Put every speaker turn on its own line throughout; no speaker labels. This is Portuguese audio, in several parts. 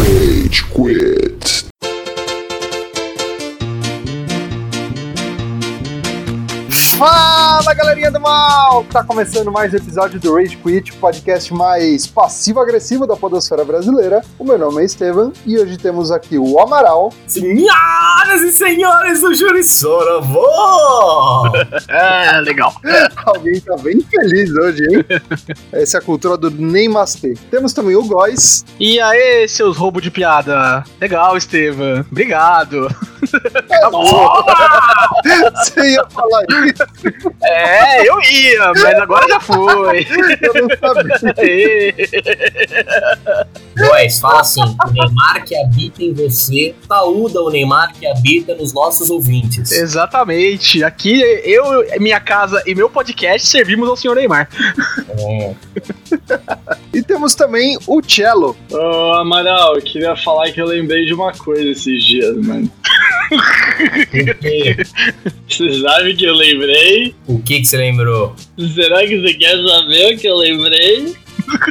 Rage Quit.
Fala galerinha do mal! Tá começando mais um episódio do Rage Quit, o podcast mais passivo-agressivo da podosfera brasileira. O meu nome é Estevam e hoje temos aqui o Amaral.
Senhoras e senhores do Júri Soravô!
É, legal.
Alguém tá bem feliz hoje, hein? Essa é a cultura do Neymastê. Temos também o Góis.
E aí, seus roubos de piada. Legal, Estevam. Obrigado.
Você ia falar isso,
É, eu ia, mas agora já foi.
eu não sabia.
Pois, fala assim: o Neymar que habita em você, saúda o Neymar que habita nos nossos ouvintes.
Exatamente. Aqui, eu, minha casa e meu podcast servimos ao senhor Neymar.
É.
E temos também o Cello.
Ô, Amaral, eu queria falar que eu lembrei de uma coisa esses dias, mano.
Porque-
Você sabe que eu lembrei?
o que que você lembrou?
Será que você quer saber o que eu lembrei?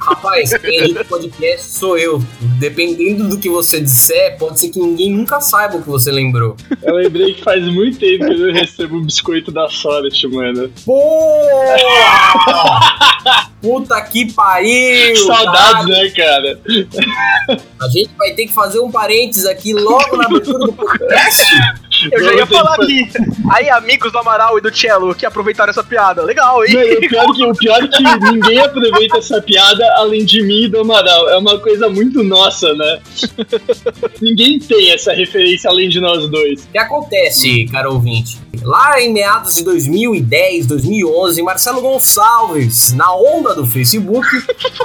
Rapaz, quem edita o podcast sou eu. Dependendo do que você disser, pode ser que ninguém nunca saiba o que você lembrou.
Eu lembrei que faz muito tempo que eu não recebo um biscoito da sorte, mano.
Boa! Puta que pariu!
Saudades,
caralho.
né, cara?
A gente vai ter que fazer um parênteses aqui logo na abertura do podcast.
Eu já ia
Vamos ter
falar
que fa-
aqui. Aí, amigos do Amaral e do Cello que aproveitaram essa piada. Legal, hein?
Mano, o pior, que, o pior é que ninguém aproveita essa piada além de mim e do Amaral. É uma coisa muito nossa, né? ninguém tem essa referência além de nós dois.
O que acontece, cara ouvinte? Lá em meados de 2010, 2011, Marcelo Gonçalves, na onda do Facebook,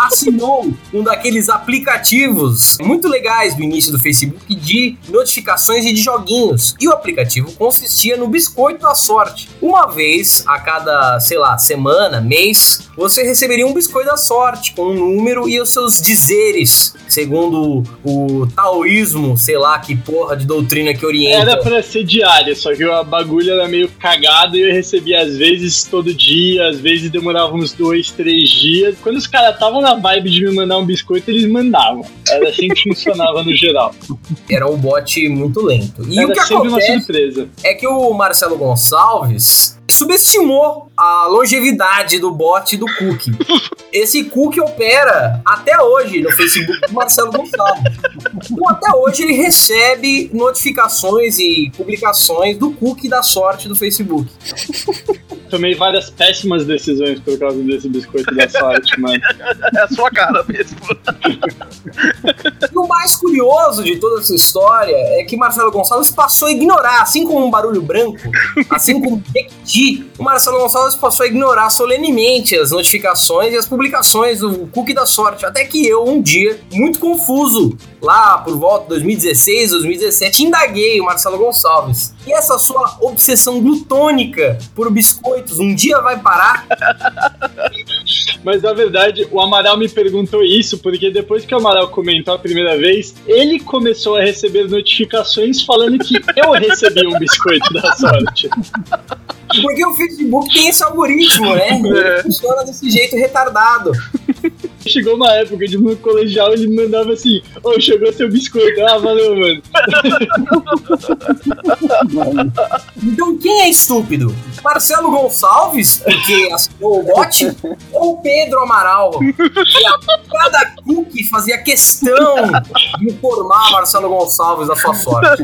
assinou um daqueles aplicativos muito legais do início do Facebook de notificações e de joguinhos. E o aplicativo consistia no biscoito da sorte. Uma vez a cada, sei lá, semana, mês, você receberia um biscoito da sorte com um número e os seus dizeres, segundo o taoísmo, sei lá que porra de doutrina que orienta.
Era pra ser diária, só que a bagulho era meio cagada e eu recebia às vezes todo dia, às vezes demorava uns dois, três dias. Quando os caras estavam na vibe de me mandar um biscoito, eles mandavam. Era assim que funcionava no geral.
era um bot muito lento. E o
Era
que
sempre uma
acontece
surpresa.
é que o Marcelo Gonçalves subestimou a longevidade do bot e do cookie. Esse cookie opera até hoje no Facebook do Marcelo Gonçalves. Então, até hoje ele recebe notificações e publicações do cookie da sorte do Facebook.
Tomei várias péssimas decisões por causa desse biscoito da sorte, mano.
É a sua cara mesmo.
E o mais curioso de toda essa história é que Marcelo Gonçalves passou a ignorar, assim como um barulho branco, assim como o Jequiti, o Marcelo Gonçalves passou a ignorar solenemente as notificações e as publicações do Cookie da Sorte. Até que eu, um dia, muito confuso, lá por volta de 2016, 2017, indaguei o Marcelo Gonçalves. E essa sua obsessão glutônica por biscoitos um dia vai parar?
Mas na verdade, o Amaral me perguntou isso porque depois que o Amaral comentou a primeira vez, ele começou a receber notificações falando que eu recebi um biscoito da sorte.
Porque o Facebook tem esse algoritmo, né? Ele funciona desse jeito retardado.
Chegou uma época de no colegial ele mandava assim: Ô, chegou seu biscoito. Ah, valeu, mano.
Então quem é estúpido? Marcelo Gonçalves, porque assinou o bote, ou Pedro Amaral, que a cada cookie fazia questão de informar Marcelo Gonçalves da sua sorte.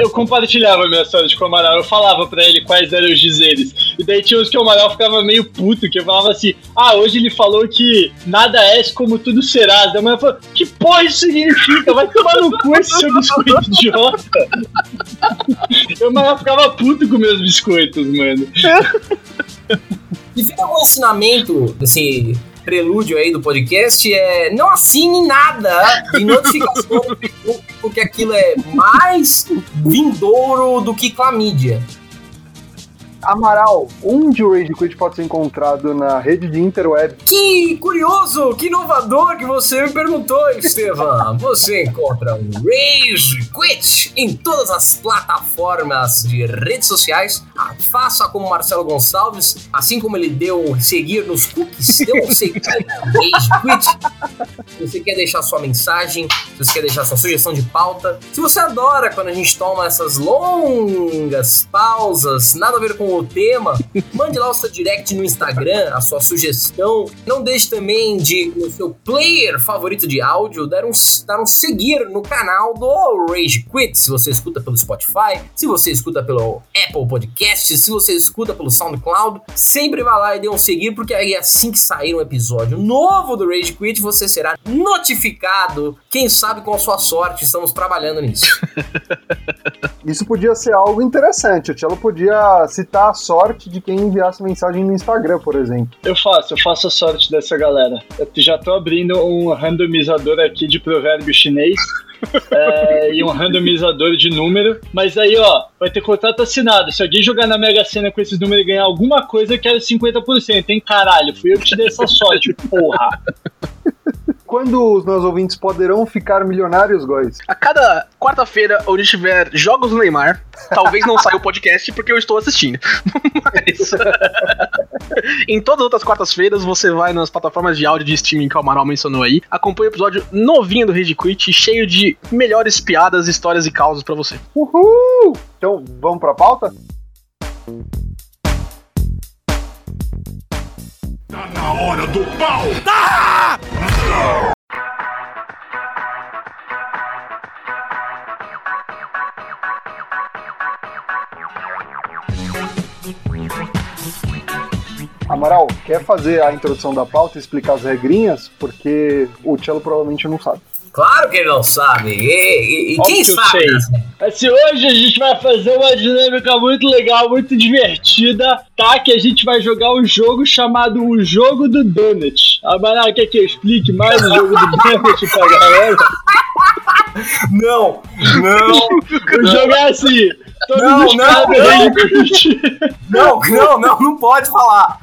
Eu compartilhava minha sorte com o Amaral. Eu falava pra ele quais eram os dizeres. E daí tinha uns que o Amaral ficava meio puto, que eu falava assim: Ah, hoje ele falou que nada és como tudo serás. Daí o Amaral falou: Que porra isso significa? Vai tomar no cu esse seu biscoito idiota. E o Amaral ficava puto com meus biscoitos, mano.
E fica um ensinamento desse prelúdio aí do podcast, é não assine nada de notificação do Facebook, porque aquilo é mais vindouro do que clamídia.
Amaral, onde o Rage Quit pode ser encontrado na rede de interweb?
Que curioso, que inovador que você me perguntou, Estevam. Você encontra um o Rage Quit em todas as plataformas de redes sociais, Ah, Faça como Marcelo Gonçalves, assim como ele deu seguir nos cookies, deu um seguir no Rage Quit. Se você quer deixar sua mensagem, se você quer deixar sua sugestão de pauta, se você adora quando a gente toma essas longas pausas, nada a ver com o tema, mande lá o seu direct no Instagram, a sua sugestão. Não deixe também de, no seu player favorito de áudio, dar um, dar um seguir no canal do Rage Quit. Se você escuta pelo Spotify, se você escuta pelo Apple Podcast, se você escuta pelo SoundCloud, sempre vá lá e dê um seguir, porque aí assim que sair um episódio novo do Rage Quit, você será notificado. Quem sabe com a sua sorte, estamos trabalhando nisso.
Isso podia ser algo interessante. O Tchelo podia citar a sorte de quem enviasse mensagem no Instagram, por exemplo.
Eu faço, eu faço a sorte dessa galera. Eu já tô abrindo um randomizador aqui de provérbio chinês. é, e um randomizador de número. Mas aí, ó, vai ter contrato assinado. Se alguém jogar na Mega Sena com esses números e ganhar alguma coisa, eu quero 50%, hein? Caralho, fui eu que te dei essa sorte, porra.
Quando os meus ouvintes poderão ficar milionários, guys?
A cada quarta-feira, onde tiver jogos do Neymar, talvez não saia o podcast porque eu estou assistindo. Mas. em todas as outras quartas-feiras, você vai nas plataformas de áudio de streaming que o Amaral mencionou aí. Acompanha o episódio novinho do Rage Quit, cheio de melhores piadas, histórias e causas pra você.
Uhul! Então, vamos pra pauta?
Tá na hora do pau!
Amaral, quer fazer a introdução da pauta e explicar as regrinhas? Porque o Tchelo provavelmente não sabe.
Claro que ele não sabe. E, e- e
Óbvio
quem
que eu
sabe?
sei.
né?
Assim, hoje a gente vai fazer uma dinâmica muito legal, muito divertida, tá? Que a gente vai jogar um jogo chamado O Jogo do Donut. Amaral, quer que eu explique mais o jogo do Donut pra galera?
Não, não,
O jogo é assim. Todos
Não,
os
não,
caras
não.
aí curtem.
não, não, não, não pode falar.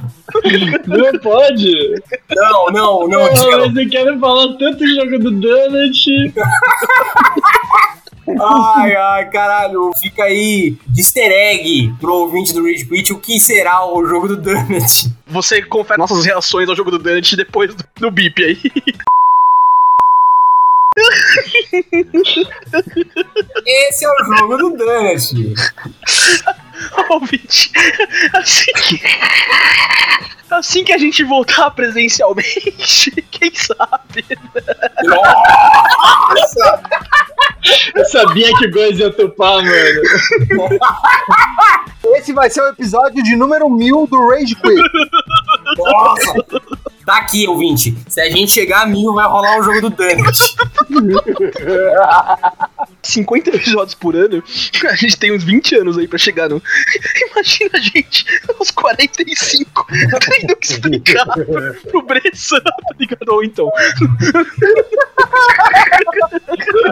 Não pode?
Não, não, não,
Não,
Tchelo.
mas eu quero falar tanto do jogo do Donut.
Ai, ai, caralho. Fica aí de easter egg pro ouvinte do Rage Quit o que será o jogo do Donut.
Você confere nossas reações ao jogo do Dante depois do, do bip aí.
Esse é o jogo do Donut.
ouvinte. Assim que, assim que a gente voltar presencialmente, quem sabe?
Eu sabia que o Góis ia topar, mano.
Esse vai ser o episódio de número 1000 do Rage Quit.
Nossa. Tá aqui, ouvinte. Se a gente chegar a mil, vai rolar o jogo do Donut.
50 episódios por ano, a gente tem uns 20 anos aí pra chegar no. Imagina a gente aos 45 tendo que explicar pro Bressan, tá ligado? Ou então,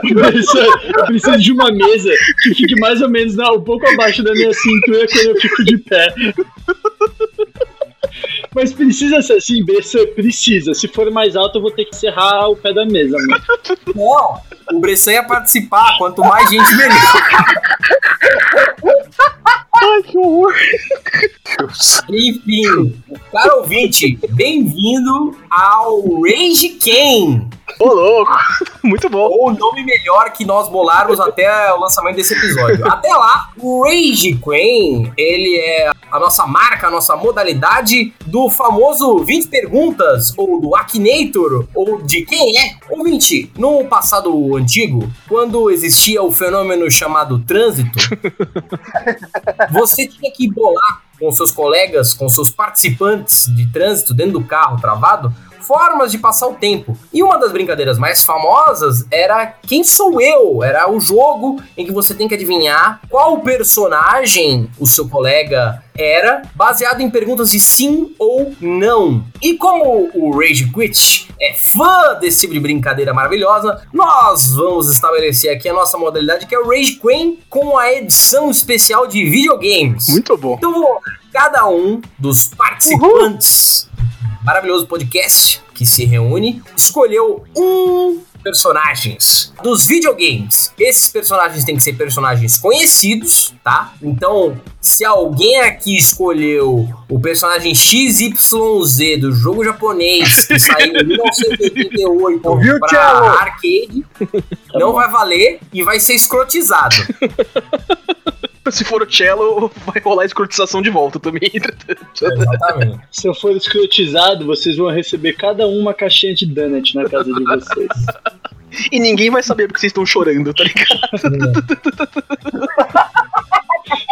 Eu preciso, eu preciso de uma mesa que fique mais ou menos na- um pouco abaixo da minha cintura quando eu fico de pé. Mas precisa ser assim, Bessa, precisa. Se for mais alto, eu vou ter que serrar o pé da mesa, mano.
Não, o Bressan ia participar. Quanto mais gente, melhor.
ai que horror!
Enfim, caro ouvinte, bem-vindo ao Rage Ken,
Ô louco, muito bom.
ou o nome melhor que nós bolarmos até o lançamento desse episódio. Até lá, o Rage Queen, ele é a nossa marca, a nossa modalidade do famoso 20 perguntas, ou do Akinator, ou de quem é. Ouvinte, no passado antigo, quando existia o fenômeno chamado trânsito, você tinha que bolar com seus colegas, com seus participantes de trânsito dentro do carro travado, formas de passar o tempo. E uma das brincadeiras mais famosas era Quem Sou Eu? Era o jogo em que você tem que adivinhar qual personagem o seu colega era, baseado em perguntas de sim ou não. E como o Rage Quit é fã desse tipo de brincadeira maravilhosa, nós vamos estabelecer aqui a nossa modalidade que é o Rage Queen com a edição especial de videogames.
Muito bom.
Então, vou- cada um dos participantes do maravilhoso podcast que se reúne escolheu um personagens dos videogames. Esses personagens têm que ser personagens conhecidos, tá? Então, se alguém aqui escolheu o personagem XYZ do jogo japonês que saiu em 1988
Ouviu, Tchelo?
para arcade, não vai valer e vai ser escrotizado.
Se for o cello, vai rolar escrotização de volta também.
Exatamente.
Se eu for escrotizado, vocês vão receber cada um uma caixinha de donut na casa de vocês.
E ninguém vai saber porque vocês estão chorando, tá ligado?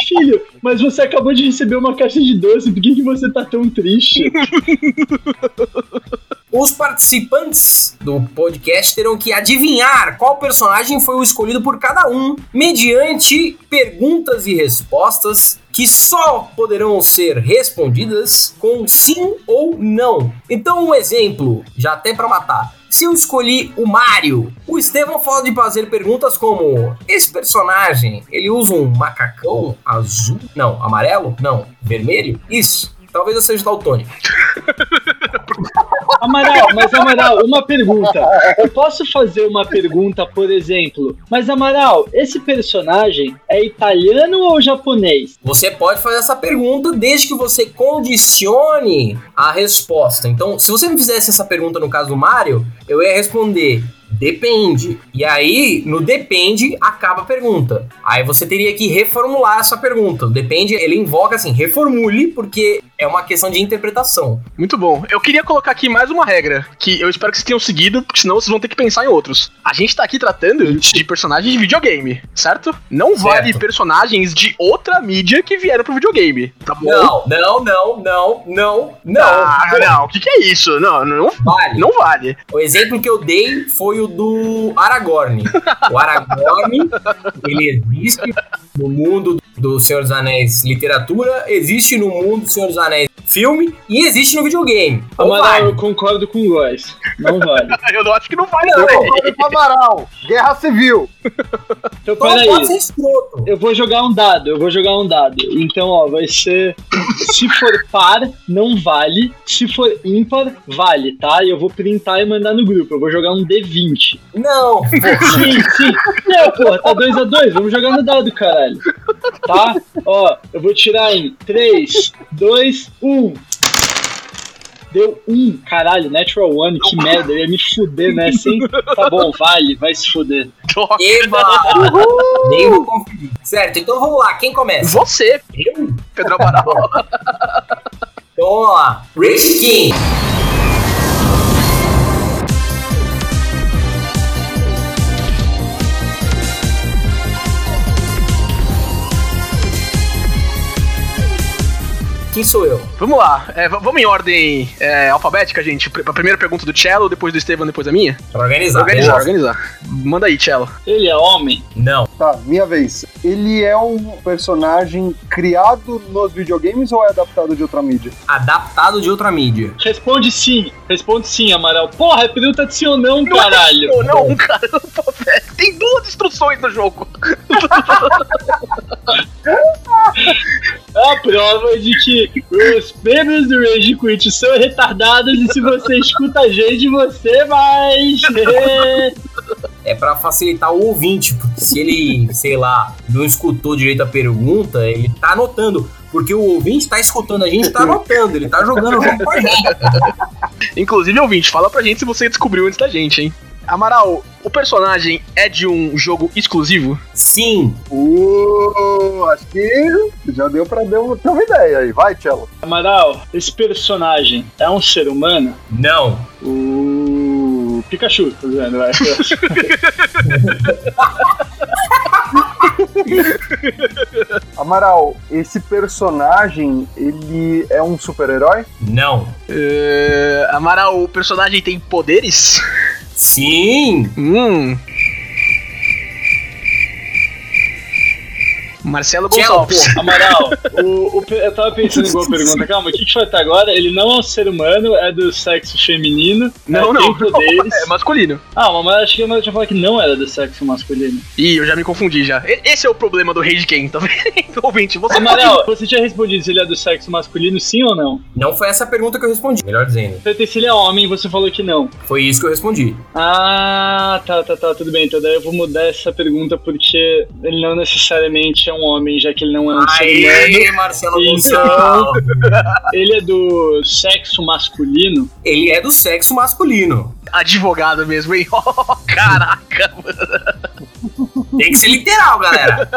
Filho, mas você acabou de receber uma caixa de doce, por que, que você tá tão triste?
Os participantes do podcast terão que adivinhar qual personagem foi o escolhido por cada um, mediante perguntas e respostas que só poderão ser respondidas com sim ou não. Então, um exemplo, já até pra matar. Se eu escolhi o Mario, o Estevão pode fazer perguntas como: esse personagem, ele usa um macacão azul? Não, amarelo? Não, vermelho? Isso. Talvez eu seja daltônico.
Amaral, mas Amaral, uma pergunta. Eu posso fazer uma pergunta, por exemplo. Mas Amaral, esse personagem é italiano ou japonês?
Você pode fazer essa pergunta desde que você condicione a resposta. Então, se você me fizesse essa pergunta no caso do Mario, eu ia responder depende. E aí, no depende, acaba a pergunta. Aí você teria que reformular essa pergunta. O depende, ele invoca assim, reformule, porque é uma questão de interpretação.
Muito bom. Eu queria colocar aqui mais uma regra, que eu espero que vocês tenham seguido, porque senão vocês vão ter que pensar em outros. A gente tá aqui tratando de personagens de videogame, certo? Não vale
Certo.
personagens de outra mídia que vieram pro videogame, tá bom?
Não, não, não, não, não, não.
Ah, não. O que, que é isso? Não, não,
Vale.
não vale.
O exemplo que eu dei foi o do Aragorn. O Aragorn, ele existe no mundo do Senhor dos Anéis literatura, existe no mundo do Senhor dos Anéis filme e existe no videogame. Então
Amaral,
vale.
eu concordo com o Góis. Não vale.
Eu não acho que não vale, né?
Eu
não.
concordo com o Então, Amaral, guerra civil.
Então
Então, peraí.
pode ser escroto.
Eu vou jogar um dado, eu vou jogar um dado. Então, ó, vai ser. Se for par, não vale. Se for ímpar, vale, tá? E eu vou printar e mandar no grupo. Eu vou jogar um D20.
Não,
Sim, sim. Não, porra, tá 2x2, vamos jogar no dado, caralho. Tá? Ó, eu vou tirar em 3, 2, 1. Deu 1, um, caralho, Natural One, que merda, eu ia me fuder nessa, hein? Tá bom, vale, vai se fuder.
Droga.
Eva! Nem vou conferir. Certo, então vamos lá, quem começa?
Você,
Eu?
Pedro Amaral.
Então vamos lá. Rich King. Quem sou eu?
Vamos lá. É, v- vamos em ordem é, alfabética, gente? Pr- A primeira pergunta do Cello, depois do Estevam, depois da minha?
Pra organizar.
Organizar,
Tá, Boa.
organizar. Manda aí, Cello.
Ele é homem?
Não.
Tá, minha vez. Ele é um personagem criado nos videogames ou é adaptado de outra mídia?
Adaptado de outra mídia.
Responde sim, responde sim, Amaral. Porra, é pergunta de sim ou não, caralho.
Não, não, caramba, velho. Tem duas instruções no jogo.
É a prova de que os membros do Rage Quit são retardados e se você escuta a gente, você vai ser
É pra facilitar o ouvinte, porque se ele, sei lá, não escutou direito a pergunta, ele tá anotando. Porque o ouvinte tá escutando a gente, tá anotando, ele tá jogando o jogo com a gente.
Inclusive, ouvinte, fala pra gente se você descobriu antes da gente, hein? Amaral, o personagem é de um jogo exclusivo?
Sim,
Uh, acho que já deu pra dar uma, ter uma ideia aí. Vai, Tchelo.
Amaral, esse personagem é um ser humano?
não.
Uh.
O Pikachu, tô dizendo, vai.
Amaral, esse personagem, ele é um super-herói?
Não.
É, Amaral, o personagem tem poderes?
Sim.
Hum. Marcelo
Tchelo,
Gonçalves.
Amaral, o, o pe- eu tava pensando em boa pergunta, calma, o que, que foi até agora? Ele não é um ser humano, é do sexo feminino,
Não,
é,
não.
tem poderes.
É masculino.
Ah, mas eu acho que eu tinha falado que não era do sexo masculino.
Ih, eu já me confundi já. E- Esse é o problema do rei de quem, tá vendo? Ouvinte, você
Amaral, você tinha respondido se ele é do sexo masculino, sim ou não?
Não foi essa a pergunta que eu respondi. Melhor dizendo,
Perguntei se ele é homem, você falou que não.
foi isso que eu respondi.
Ah, tá, tá, tá, tudo bem. Então daí eu vou mudar essa pergunta porque ele não necessariamente é um homem, já que ele não é um ser humano.
Aê, Marcelo
Então-
Gonçalves.
Ele é do sexo masculino.
Ele é do sexo masculino.
é advogado mesmo, hein? Oh, caraca, mano.
Tem que ser literal, galera.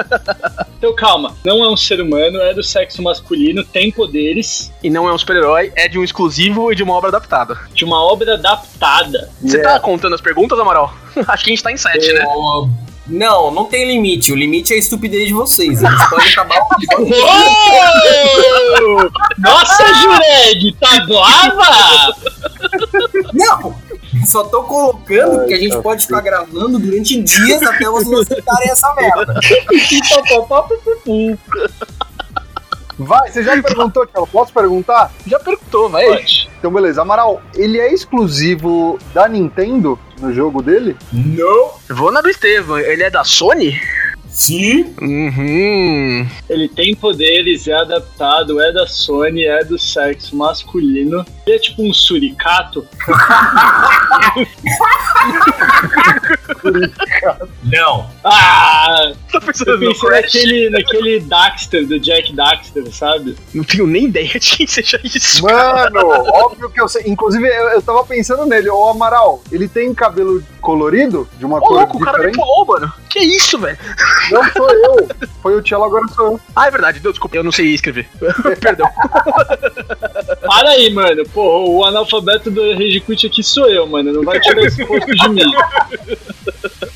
Então calma, não é um ser humano, é do sexo masculino, tem poderes
E não é um super-herói, é de um exclusivo e de uma obra adaptada.
de uma obra adaptada.
Você tá contando as perguntas, Amaral? Acho que a gente tá em sete, né?
Ó, Não, não tem limite. O limite é a estupidez de vocês. Eles podem acabar o
Oh! Nossa, Jureg, tá brava?
Não! Só tô colocando
Ai,
que a gente
tá
pode ficar gravando durante dias até vocês aceitarem essa merda.
Vai, você já perguntou, Tchelo? Posso perguntar?
Já perguntou, vai.
Pode.
Então, beleza. Amaral, ele é exclusivo da Nintendo no jogo dele?
Não!
Vou na do Estevam, ele é da Sony?
Sim!
Uhum.
Ele tem poderes, é adaptado, é da Sony, é do sexo masculino. Ele é tipo um suricato.
Não!
Ah!
Tô pensando
Eu
no
pensei
Crash.
naquele, naquele Daxter, do Jack Daxter, sabe?
Não tenho nem ideia de quem seja isso.
Mano, óbvio que eu sei. Inclusive, eu, eu tava pensando nele. Ô, Amaral, ele tem cabelo colorido? De uma
Ô,
cor
louco, o cara me
diferente?
pulou, mano. Que isso, velho?
Não sou eu. Foi o Tchelo, agora sou eu.
Ah, é verdade, Deus, desculpa, eu não sei escrever. Perdão.
Para aí, mano. Porra, o analfabeto do Regicut aqui sou eu, mano. Não vai tirar esse posto de mim.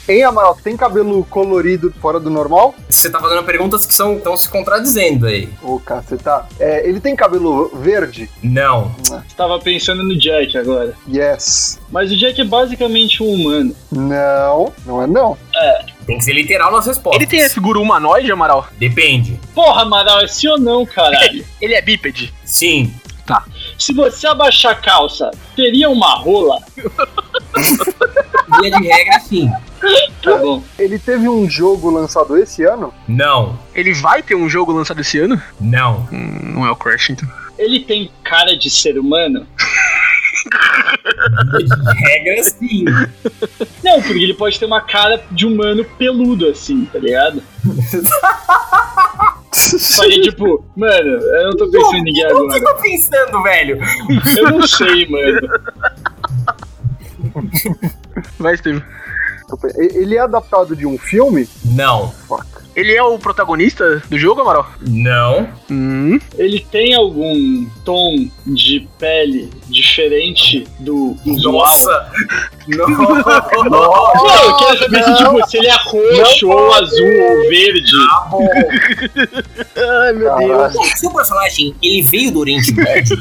Hein, Amaral, tem cabelo colorido fora do normal?
Você tá fazendo perguntas que são, estão se contradizendo aí.
Ô, caceta. É, ele tem cabelo verde?
Não.
Estava pensando no Jack agora.
Yes.
Mas o Jack é basicamente um humano.
Não, não é não.
Tem que ser literal nas respostas.
Ele tem a figura humanoide, Amaral?
Depende.
Porra, Amaral, é sim ou não, caralho?
Ele é bípede.
Sim.
Se você abaixar a calça, teria uma rola?
Via de regra, sim.
Tá bom.
Ele teve um jogo lançado esse ano?
Não.
Ele vai ter um jogo lançado esse ano?
Não.
Hum, não é o Crash, então.
Ele tem cara de ser humano?
Via de regra, sim.
Não, porque ele pode ter uma cara de humano peludo, assim, tá ligado? Só que, tipo, mano, eu não tô pensando em ninguém
Como
agora.
você tá pensando, velho?
Eu não sei, mano.
Vai, Steve.
Ele é adaptado de um filme?
Não.
Fuck.
Ele é o protagonista do jogo, Amaral?
Não.
Hum.
Ele tem algum tom de pele diferente do usual?
Nossa. Nossa.
Não, eu quero saber se, tipo, se ele é roxo, ou azul, ou verde.
Tá bom.
Ai, meu
Caralho.
Bom, Seu personagem, ele veio do Oriente Médio?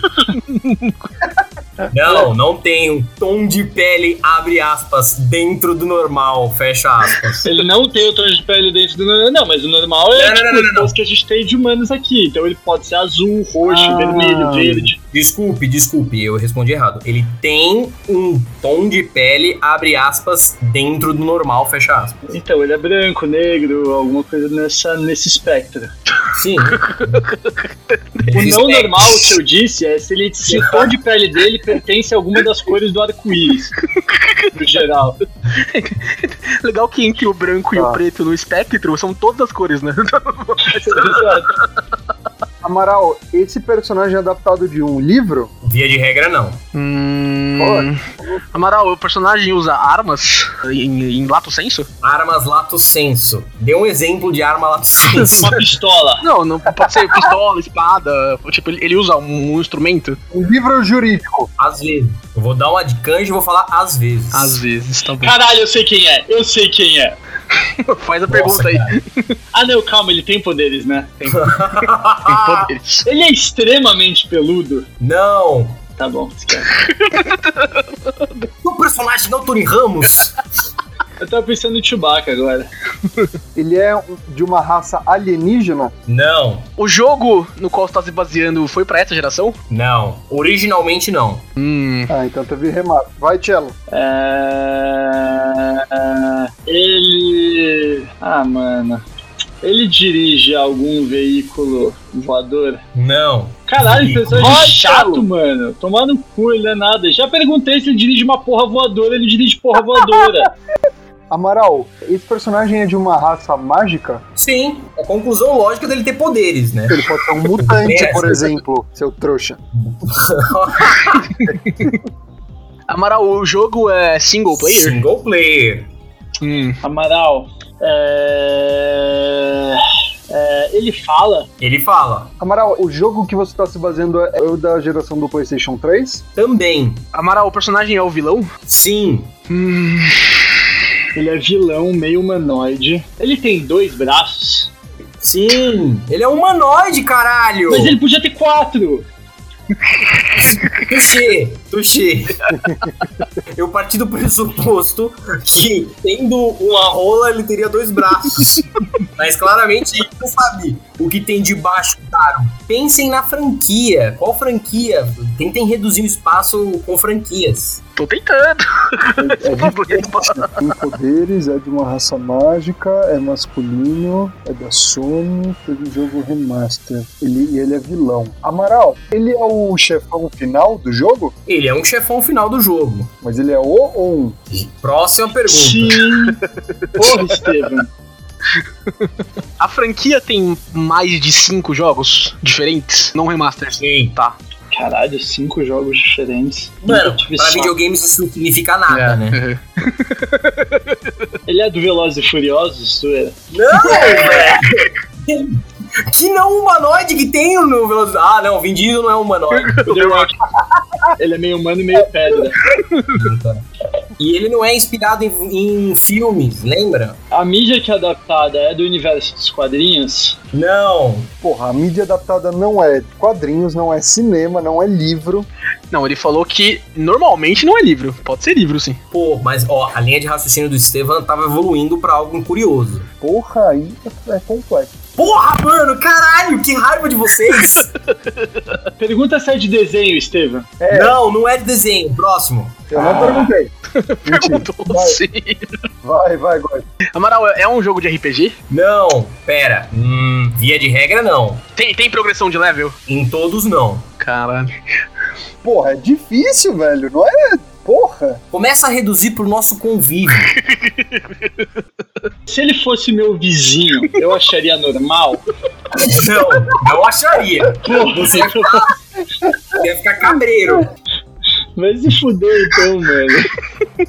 Não, não tem um tom de pele, abre aspas, dentro do normal, fecha aspas.
Ele não tem o tom de pele dentro do normal. Não, mas o normal é
Não, não,
tipo,
não, não,
os tons que a gente tem de humanos aqui. Então ele pode ser azul, roxo,
Ah.
vermelho, verde.
Desculpe, desculpe, eu respondi errado. Ele tem um tom de pele, abre aspas, dentro do normal, fecha aspas.
Então ele é branco, negro, alguma coisa nessa, nesse espectro.
Sim.
O não normal que eu disse é se, ele, se o tom de pele dele pertence a alguma das cores do arco-íris. No geral.
Legal que entre o branco e
Tá.
o preto no espectro são todas as cores, né?
é
Amaral, esse personagem é adaptado de um livro?
Via de regra, não.
Hum. Amaral, o personagem usa armas em, em lato senso?
Armas lato senso. Dê um exemplo de arma lato senso.
Uma pistola.
Não, não pode ser pistola, espada. Tipo, ele, ele usa um, um instrumento?
Um livro jurídico.
Às vezes. Eu vou dar uma de canja e vou falar às vezes.
vezes, tá bom.
Caralho, eu sei quem é. Eu sei quem é.
Faz a
Nossa,
pergunta aí.
cara.
Ah, não, calma, ele tem poderes, né?
Tem poderes.
Ele é extremamente peludo.
Não,
Tá bom, esquece.
O personagem é o Tony Ramos?
Eu tava pensando no Chewbacca agora.
Ele é um- de uma raça alienígena?
Uhum. Não,
O jogo no qual está se baseando foi pra essa geração?
não. Originalmente não.
Hum.
Ah, então teve remate. Vai, Cello.
É... Ele. Ah, mano. Ele dirige algum veículo voador?
Não.
Caralho, esse
Veículo.
personagem é
Vai,
chato, mano. Tomar no cu, ele é nada. Já perguntei se ele dirige uma porra voadora, ele dirige porra voadora.
Amaral, esse personagem é de uma raça mágica?
Sim, a conclusão lógica dele ter poderes, né?
Ele pode ser um mutante,
Essa.
por exemplo, seu trouxa.
Amaral, o jogo é single player?
Single player.
Hum.
Amaral, é... é, Ele fala.
Ele fala.
Amaral, o jogo que você tá se baseando é o da geração do PlayStation 3?
Também.
Amaral, o personagem é o vilão?
Sim.
Hum.
Ele é vilão, meio humanoide. Ele tem dois braços.
Sim. Ele é humanoide, caralho.
Mas ele podia ter quatro.
Tuxê, tuxê. Eu parti do pressuposto que, tendo uma rola, ele teria dois braços. Mas claramente ele não sabe o que tem debaixo, cara. Pensem na franquia. Qual franquia? Tentem reduzir o espaço com franquias.
Tô tentando.
É
Hum.
de- tem poderes, é de uma raça mágica, é masculino, é da Sony, teve um jogo remaster. Ele, e ele é vilão. Amaral, ele é o chefão final do jogo?
Ele é um chefão final do jogo.
Mas ele é o ou um?
Próxima pergunta.
Sim. Porra, Estevam.
A franquia tem mais de cinco jogos diferentes, não remasters.
Sim.
Tá.
Caralho, cinco jogos diferentes.
Mano,
Nunca tive
pra
sorte.
videogames isso não significa nada,
É.
né?
Ele é do Velozes e Furiosos? é? zoeira?
Não, velho! Que não humanoide que tem no Veloz... Ah, não, Vin Diesel não é humanoide.
O The Rock. Ele é meio humano e meio pedra.
E ele não é inspirado em, em filmes, lembra?
A mídia que é adaptada é do universo dos quadrinhos?
Não.
Porra, a mídia adaptada não é quadrinhos, não é cinema, não é livro.
Não, ele falou que normalmente não é livro. Pode ser livro, sim.
Pô, mas ó, a linha de raciocínio do Estevam tava evoluindo pra algo curioso.
Porra, aí é complexo.
Porra, mano, caralho, que raiva de vocês!
Pergunta se é de desenho, Estevam.
Não, não é de desenho. Próximo.
Eu não perguntei. Mentira.
Perguntou
Vai,
sim.
vai, vai, Góis.
Amaral, é é um jogo de RPG?
Não, pera. Hum, via de regra, não.
Tem, tem progressão de level?
Em todos, não.
Caralho.
Porra, é difícil, velho. Não é. Porra.
Começa a reduzir pro nosso convívio.
Se ele fosse meu vizinho, eu acharia normal.
Não, não acharia. Você ia ficar, ia ficar cabreiro.
Mas se fudeu então, mano.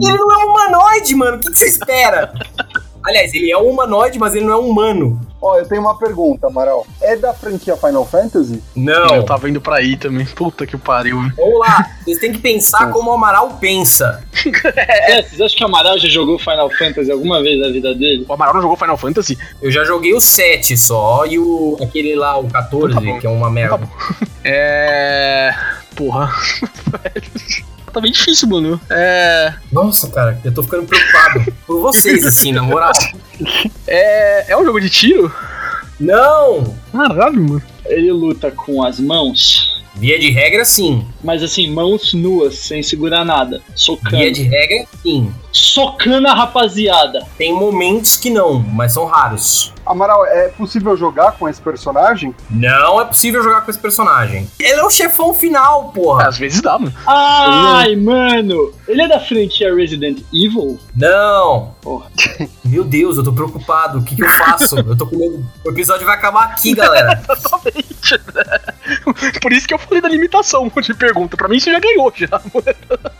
Ele não é humanoide, mano. O que, que você espera? Aliás, ele é um humanoide, mas ele não é humano.
Ó, eu tenho uma pergunta, Amaral. É da franquia Final Fantasy?
Não.
Eu tava indo pra aí também. Puta que pariu.
Vamos lá. Vocês têm que pensar como o Amaral pensa.
É, vocês acham que o Amaral já jogou Final Fantasy alguma vez na vida dele?
O Amaral não jogou Final Fantasy?
Eu já joguei o 7 só e o aquele lá, o 14,
Tá bom.
que é uma merda.
É. Porra. tá bem difícil, mano. É.
Nossa, cara, eu tô ficando preocupado por vocês, assim, na moral.
É. É um jogo de tiro?
Não!
Caralho, mano.
Ele luta com as mãos,
Via de regra, sim.
mas assim, mãos nuas, sem segurar nada.
Via
Socando.
de regra, sim.
Socando a rapaziada.
Tem momentos que não, mas são raros.
Amaral, é possível jogar com esse personagem?
Não é possível jogar com esse personagem. Ele é o chefão final, porra.
Às vezes dá, mano.
Ai, mano! Ele é da franquia Resident Evil?
Não.
Porra.
Meu Deus, eu tô preocupado. O que, que eu faço? Eu tô com medo. O episódio vai acabar aqui, galera.
Por isso que eu falei da limitação de pergunta. Pra mim você já ganhou já.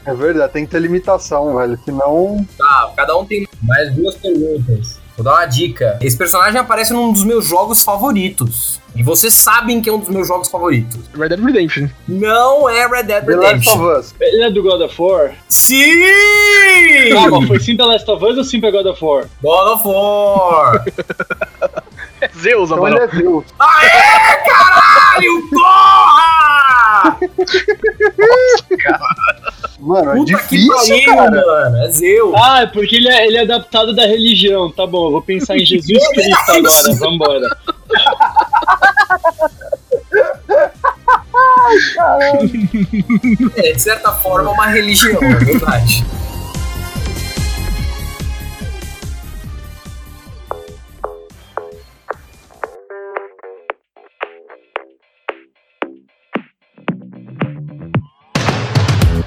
É verdade, tem que ter limitação, velho. Senão.
Tá, cada um tem mais duas perguntas. Vou dar uma dica. Esse personagem aparece num dos meus jogos favoritos. E vocês sabem que é um dos meus jogos favoritos.
Red Dead Redemption.
Não é Red Dead
The Last of
Redemption.
Us.
Ele é do God of War?
Sim!
Tá
Calma, foi sim The Last of Us ou sim pra God of War?
God of War!
É Zeus,
Então ele
Amaral.
é Deus.
Aê, caralho, porra!
Mano, é
Puta
difícil,
que
cara.
pariu, mano. É Zeus.
Ah, é porque ele é, ele é adaptado da religião. Tá bom, eu vou pensar em Jesus Cristo agora. Vambora.
É, de certa forma, uma religião, é verdade.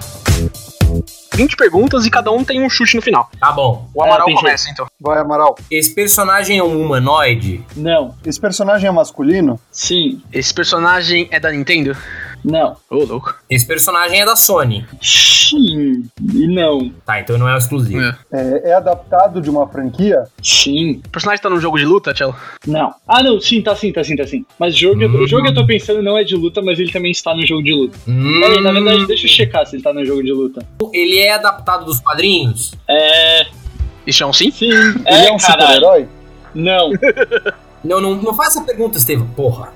ó. 20 perguntas e cada um tem um chute no final.
Tá bom.
O Amaral
é tem
começa, então.
Vai, Amaral.
Esse personagem é um humanoide?
Não,
Esse personagem é masculino?
sim,
Esse personagem é da Nintendo?
não.
Ô, louco.
Esse personagem é da Sony.
Sim e não.
Tá, então não é o exclusivo.
É.
É, é adaptado de uma franquia?
Sim,
O personagem tá num jogo de luta, Tchelo?
não. Ah, não, sim, tá sim, tá sim, tá sim. Mas jogo,
Hum.
o jogo eu tô pensando não é de luta, mas ele também está no jogo de luta.
Hum,
Peraí, tá na verdade, deixa eu checar se ele tá no jogo de luta.
ele é adaptado dos quadrinhos?
É.
Isso é um sim?
Sim,
Ele é um
caralho.
super-herói?
Não,
Não, não, não faça essa pergunta, Estevam. Porra.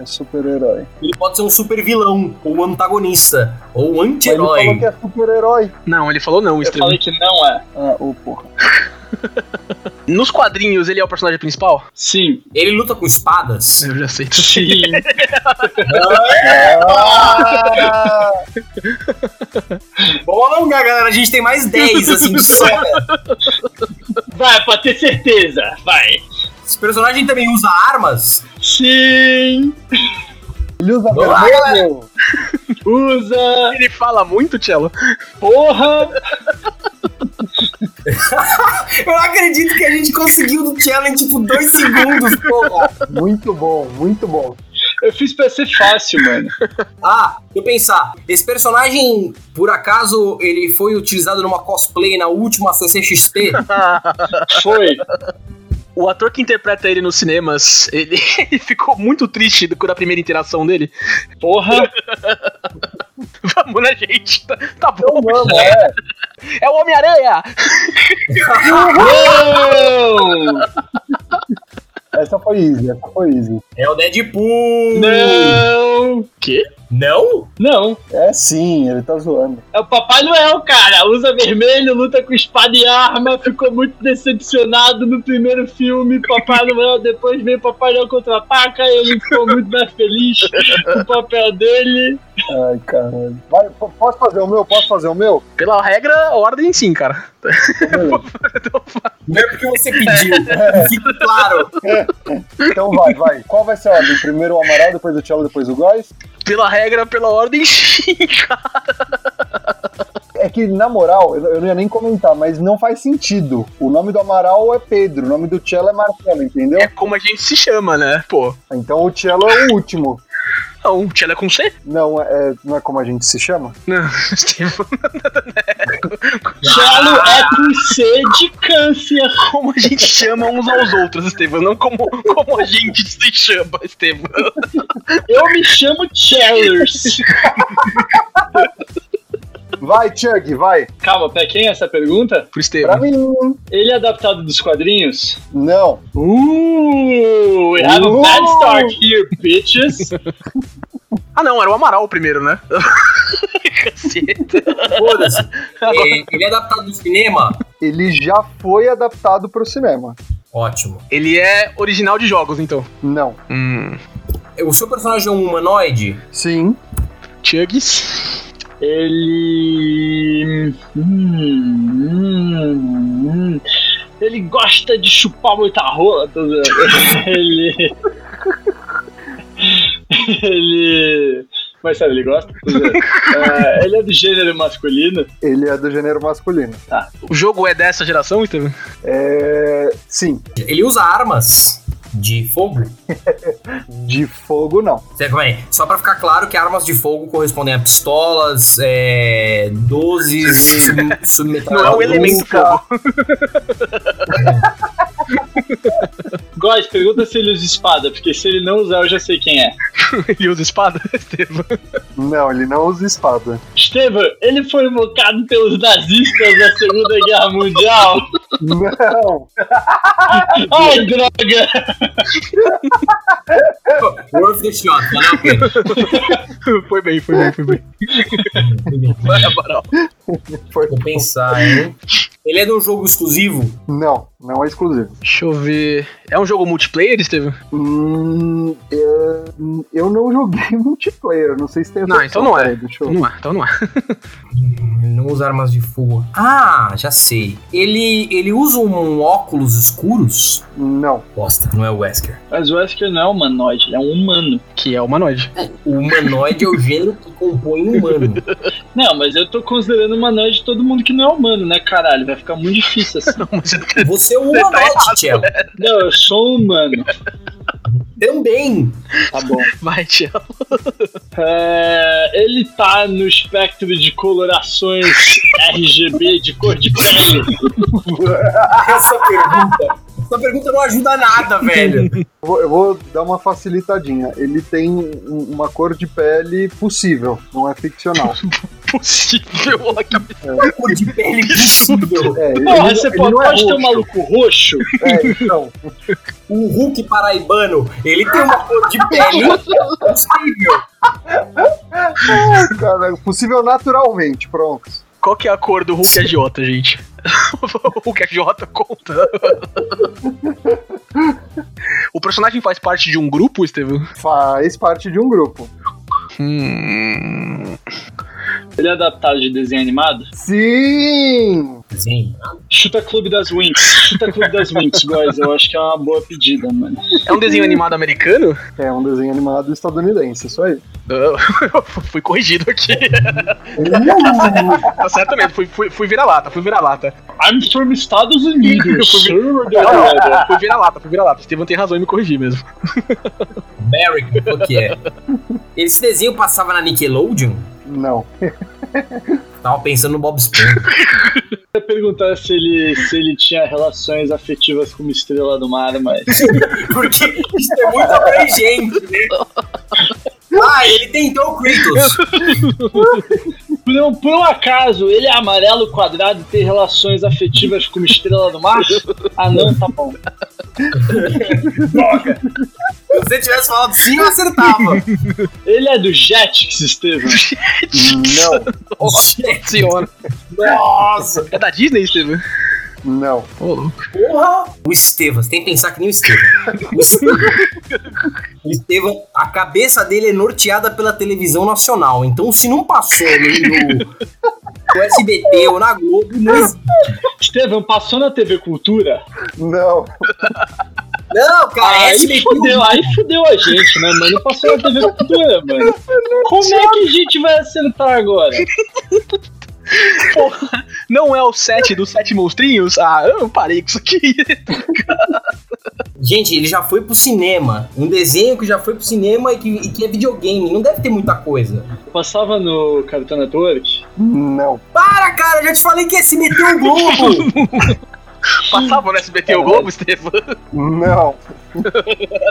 É super-herói.
Ele pode ser um super vilão, ou um antagonista, ou um
Mas Ele falou
anti-herói.
que é super-herói.
Não, ele falou não,
eu
Estrela.
falei que não é.
Ah, ô porra.
Nos quadrinhos ele é o personagem principal?
Sim,
é-
Ele luta com espadas?
Eu já sei.
sim,
Ah,
Vamos alongar, galera. A gente tem mais 10, assim, só. velho.
Vai, pra ter certeza, vai.
Esse personagem também usa armas?
Sim,
ele usa
Olá,
vermelho?
usa,
Ele fala muito, Tchelo?
porra.
Eu não acredito que a gente conseguiu do challenge, tipo, dois segundos, porra.
Muito bom, muito bom.
Eu fiz pra ser fácil, mano.
Ah, deixa eu pensar. Esse personagem, por acaso, ele foi utilizado numa cosplay na última CCXP?
Foi.
O ator que interpreta ele nos cinemas, ele, ele ficou muito triste do- da primeira interação dele.
Porra,
Vamos, né, gente? Tá, tá bom.
Mano, é.
É o Homem-Aranha!
não!
Essa foi easy, essa foi easy.
É o Deadpool!
Não!
Não?
Não,
É sim, ele tá zoando.
é o Papai Noel, cara. Usa vermelho, luta com espada e arma. Ficou muito decepcionado no primeiro filme. Papai Noel, depois veio Papai Noel contra a Paca. Ele ficou muito mais feliz com o papel dele.
Ai, caralho. Vai, po- posso fazer o meu? Posso fazer o meu?
Pela regra, ordem sim, cara.
Não é porque você pediu. né? Fique claro.
Então vai, vai. Qual vai ser a ordem? Primeiro o Amaral, depois o Tchelo, depois o Góis?
Pela regra, pela ordem sim, cara.
É que, na moral, eu eu não ia nem comentar, mas não faz sentido. O nome do Amaral é Pedro, o nome do Tchelo é Marcelo, entendeu?
É como a gente se chama, né? Pô.
Então o Tchelo é o último.
Não, Tchelo é com C?
Não é, é- não é como a gente se chama?
Não, Estevam.
Chalo é por ser de câncer.
Como a gente chama uns aos outros, Estevam. Não como, como a gente se chama, Estevam.
Eu me chamo Chellers.
Vai, Chug, vai.
Calma, pra quem é essa pergunta?
Pro
Pra
Estevam.
mim,
Ele é adaptado dos quadrinhos?
não.
Uh, we have a bad start here, bitches.
Ah, não, era o Amaral o primeiro, né? Caceta.
Foda-se. É, ele é adaptado do cinema?
Ele já foi adaptado pro cinema.
Ótimo.
Ele é original de jogos, então.
Não.
Hum.
O seu personagem é um humanoide?
Sim.
Chugs.
Ele. Hum, hum, hum. Ele gosta de chupar muita rola. tô zoando. Ele. Ele. Mas sabe, ele gosta? Tô zoando. Ah, ele é do gênero masculino.
Ele é do gênero masculino.
O jogo é dessa geração, Estevam?
É. Sim.
Ele usa armas de fogo?
De fogo, não.
Certo, calma aí. Só pra ficar claro que armas de fogo correspondem a pistolas, é, 12
Não é o
submetralhadoras.
elemento
nunca.
fogo.
Góis, pergunta se ele usa espada, porque se ele não usar, eu já sei quem é.
Ele usa espada, Estevam.
Não, ele não usa espada.
Estevam, ele foi invocado pelos nazistas na Segunda Guerra Mundial.
Não.
Ai, droga!
Worth the shot, valeu a pena.
Foi bem, foi bem, foi bem. Vai, Amaral.
Foi-
Vou pensar, hein? Ele é de um jogo exclusivo?
Não, não é exclusivo.
Deixa eu ver. É um jogo multiplayer, Estevam?
Hum, eu, eu não joguei multiplayer, não sei se tem.
Não,
essa opção,
então não é.
peraí, deixa eu-
Não é, então não é.
Não usa armas de fogo. Ah, já sei. Ele, ele usa um óculos escuros?
Não.
Bosta, não é o Wesker.
Mas o Wesker não é humanoide, ele é um humano.
Que é humanoide.
O humanoide é o gênero que compõe o humano.
Não, mas eu tô considerando humanoide todo mundo que não é humano, né, caralho? Vai ficar muito difícil assim.
Você é um humanoide, Tchel.
não, eu sou um humano.
Também.
Tá bom.
Vai, tia.
É, ele tá no espectro de colorações RGB de cor de pele.
Essa é pergunta. Essa pergunta não ajuda nada, velho.
Eu vou, eu vou dar uma facilitadinha. Ele tem um- uma cor de pele possível, não é ficcional.
Possível. olha que absurdo.
Cor de pele possível.
É, ele,
Porra,
ele
você
não
pode,
é
pode ter um
roxo.
maluco roxo?
É, então,
O Um Hulk paraibano, ele tem uma cor de pele possível.
cara, possível naturalmente, pronto.
Qual que é a cor do Hulk agiota, gente? o Hulk agiota conta. o personagem faz parte de um grupo, Estevam?
Faz parte de um grupo.
Hum.
Ele é adaptado de desenho animado?
Sim!
Sim.
Chuta Clube das Winx. Chuta Clube das Winx, guys. Eu acho que é uma boa pedida, mano.
É um desenho animado americano?
É um desenho animado estadunidense, isso aí.
Eu eu fui corrigido aqui. tá certo mesmo, fui, fui, fui vira-lata, fui vira-lata.
I'm from Estados Unidos. sir, galera.
Fui vira-lata, fui vira-lata. Estevam tem razão em me corrigir mesmo.
American, qual que é? Esse desenho passava na Nickelodeon?
Não.
Tava pensando no Bob Esponja.
Eu ia perguntar se ele, se ele tinha relações afetivas com uma estrela do mar, mas.
Porque isso é muito abrangente, né? Ah, ele tentou o Kratos.
Por um, por um acaso, ele é amarelo quadrado e tem relações afetivas com uma estrela do mar? Ah, não, tá bom.
Se você tivesse falado sim, eu acertava.
Ele é do Jetix, Estevam.
Não.
Gente,
Senhora.
Nossa!
É da Disney, Estevam?
Não.
Ô, louco.
Porra! O Estevam, você tem que pensar que nem o Estevam. O Estevam, o Estevam, a cabeça dele é norteada pela televisão nacional. Então, se não passou no, no- no SBT ou na Globo, não existe.
Estevam, passou na TV Cultura?
Não.
Não, cara, é
Aí
SBT.
fudeu, aí fudeu a gente, né, mano? Passou na TV Cultura, mano. Como é que a gente vai acertar agora?
Não é o set dos sete monstrinhos? Ah, eu parei com isso aqui.
Gente, ele já foi pro cinema. Um desenho que já foi pro cinema e que, e que é videogame. Não deve ter muita coisa.
Passava no Cartoon Network?
Não.
Para, cara, já te falei que é SBT ou Globo.
Passava no SBT
É,
o Globo, Estevam?
Não.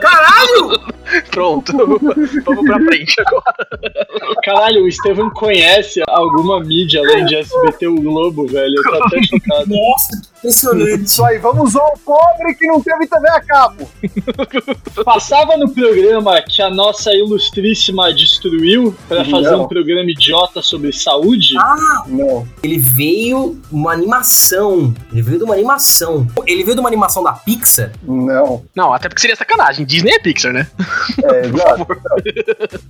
Caralho!
Pronto. Vamos pra frente agora.
Caralho, o Estevam conhece alguma mídia além de SBT o Globo, velho. Eu tô até chocado.
Nossa, que impressionante.
Isso aí, vamos ao pobre que não teve TV a cabo.
Passava no programa que a nossa ilustríssima destruiu pra fazer
Não.
um programa idiota sobre saúde?
Não.
Ele veio uma animação. Ele veio de uma animação. Ele veio de uma animação da Pixar.
Não.
Não, até porque seria sacanagem. Disney é Pixar, né?
É, exato.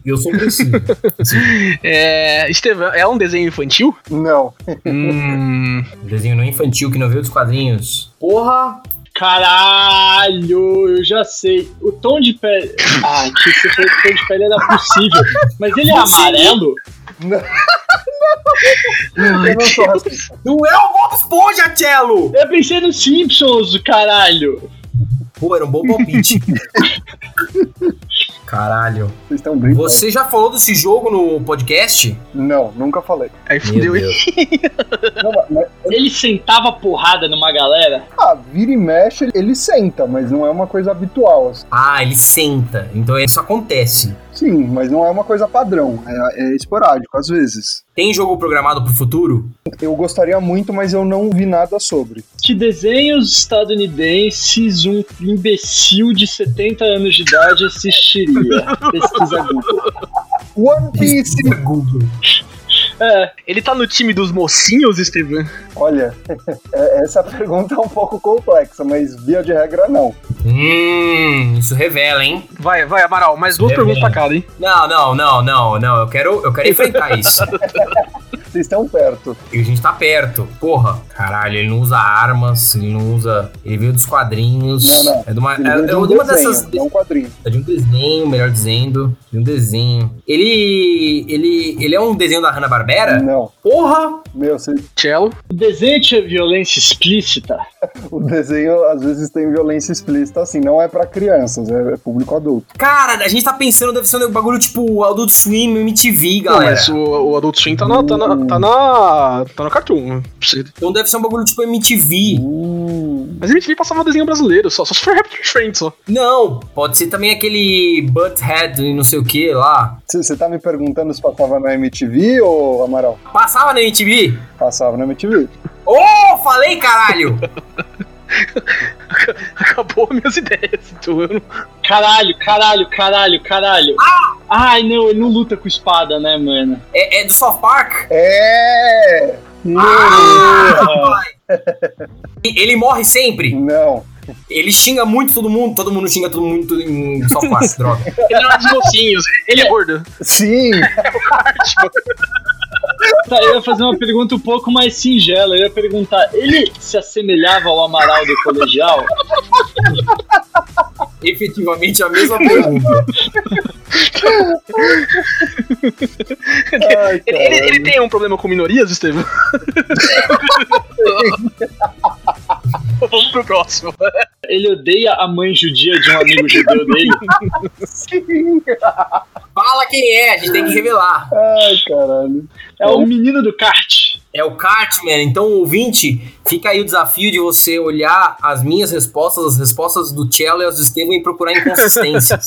E eu sou um Assim, preciso.
É. Estevam, é um desenho infantil?
Não.
Hum.
um desenho não infantil que não veio dos quadrinhos. Porra!
Caralho, eu já sei. O tom de pele. Ah, que se fosse o tom de pele era possível. Mas ele é amarelo?
Eu não sou racista.
Não é o Bob Esponja, Cello!
Eu pensei no Simpsons, caralho.
Pô, era um bom palpite. Caralho.
Vocês estão brincando?
Você já falou desse jogo no podcast?
Não, nunca falei.
Aí fudeu. hein?
Deus.
Não, mas-
Ele sentava porrada numa galera.
ah, vira e mexe, ele senta, mas não é uma coisa habitual. assim.
Ah, ele senta. Então isso acontece.
Sim, mas não é uma coisa padrão. É, é esporádico, às vezes.
Tem jogo programado pro futuro?
Eu gostaria muito, mas eu não vi nada sobre.
Que desenhos estadunidenses um imbecil de 70 anos de idade assistiria? Pesquisa Google.
One Piece!
Google.
É,
Ele tá no time dos mocinhos, Estevam?
Olha, é- essa pergunta é um pouco complexa, mas via de regra não.
Hum, isso revela, hein?
Vai, vai, Amaral, mais duas
É
perguntas
mesmo.
pra cada, hein?
Não, não, não, não, não. Eu quero, eu quero enfrentar isso.
Vocês estão perto.
E a gente tá perto. Porra. Caralho, ele não usa armas, ele não usa. Ele veio dos quadrinhos.
Não, não.
É de uma, é,
Ele veio
é
de um
de uma
desenho,
dessas.
não um quadrinho.
É de um desenho, melhor dizendo. De um desenho. Ele. Ele. Ele é um desenho da Hanna-Barbera?
Não.
Porra!
Meu, você-
Cello.
o desenho tinha violência explícita.
o desenho às vezes tem violência explícita, assim, não é pra crianças, é público adulto.
Cara, a gente tá pensando, deve ser um bagulho tipo Adult Swim, MTV,
Não,
galera.
mas o, o Adult Swim tá na, tá, na, tá, na, tá no Cartoon. Você-
Então deve ser um bagulho tipo MTV.
Hum,
Mas MTV passava desenho brasileiro, só, só se for Raptor Friends, só.
Não, pode ser também aquele Butthead e não sei o que lá.
Você tá me perguntando se passava na MTV ou Amaral?
Passava na MTV?
Passava na MTV.
Ô, Oh, falei, caralho!
Acabou minhas ideias, então eu não...
Caralho, caralho, caralho, caralho.
Ah!
Ai, não, ele não luta com espada, né, mano?
é, é do South Park?
É!
E- Ele morre sempre.
Não.
Ele xinga muito todo mundo. Todo mundo xinga todo mundo em South Park, droga.
Ele é um dos mocinhos, ele é gordo.
Sim!
Tá, eu ia fazer uma pergunta um pouco mais singela. Eu ia perguntar, ele se assemelhava ao Amaral do colegial?
Efetivamente é a mesma pergunta.
Ai,
Ele,
caralho.
ele, ele tem um problema com minorias, Estevam? Vamos pro próximo.
Ele odeia a mãe judia de um amigo judeu dele?
Sim!
Fala quem é, a gente tem que revelar.
Ai, caralho.
É o menino do kart.
É o Cartman, então ouvinte, fica aí o desafio de você olhar as minhas respostas, as respostas do Cello e as do Estevam e procurar inconsistências.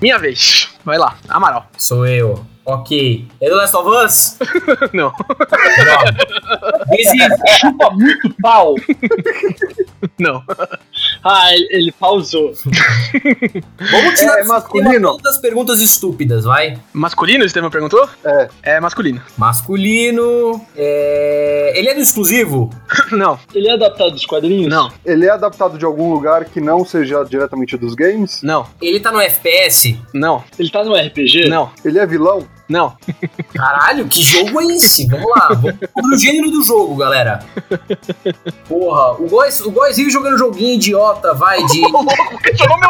Minha vez. Vai lá, Amaral.
Sou eu. Ok. É do Last of Us?
Não.
Não. Desiste.
Chupa muito pau.
Não.
Ah, ele, ele pausou.
Vamos tirar
É
do sistema
masculino?
todas as perguntas estúpidas, vai.
Masculino, o Estevam perguntou?
É.
É masculino.
Masculino. é, Ele é do exclusivo?
Não.
Ele é adaptado dos quadrinhos?
Não.
Ele é adaptado de algum lugar que não seja diretamente dos games?
Não.
Ele tá no FPS?
Não.
Ele tá no RPG?
Não.
Ele é vilão?
Não.
Caralho, que jogo é esse? Vamos lá, vamos sobre o gênero do jogo, galera. Porra, o Góis, o Góis vive jogando joguinho idiota, vai, de
Questionou meu,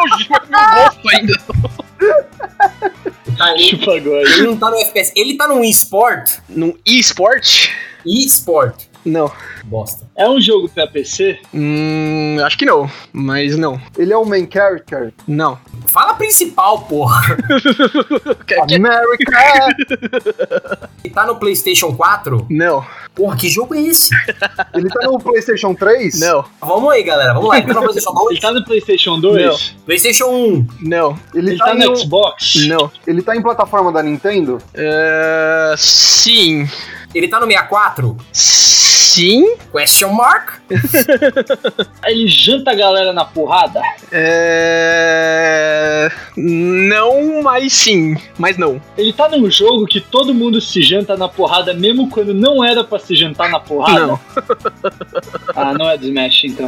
meu gosto ainda.
Chupa agora.
Ele não tá no FPS. Ele tá num eSport?
Num e-sport?
eSport.
Não.
Bosta.
É um jogo pra PC?
Hum, acho que não. Mas não.
Ele é o main character.
Não.
Fala principal, porra.
Quer- quer-
America!
Ele tá no PlayStation 4?
Não.
Porra, que jogo é esse?
Ele tá no PlayStation 3?
Não.
Vamos aí, galera. Vamos lá. Ele tá no PlayStation 2?
Ele tá no PlayStation 2?
PlayStation 1.
Não.
Ele,
Ele
tá,
tá no
no-
Xbox?
Não.
ele tá em plataforma da Nintendo?
É, sim.
Ele tá no 64?
Sim.
Question mark?
Ele janta a galera na porrada?
É... Não, mas sim. Mas não.
Ele tá num jogo que todo mundo se janta na porrada, mesmo quando não era pra se jantar na porrada?
Não.
Ah, não é do Smash, então.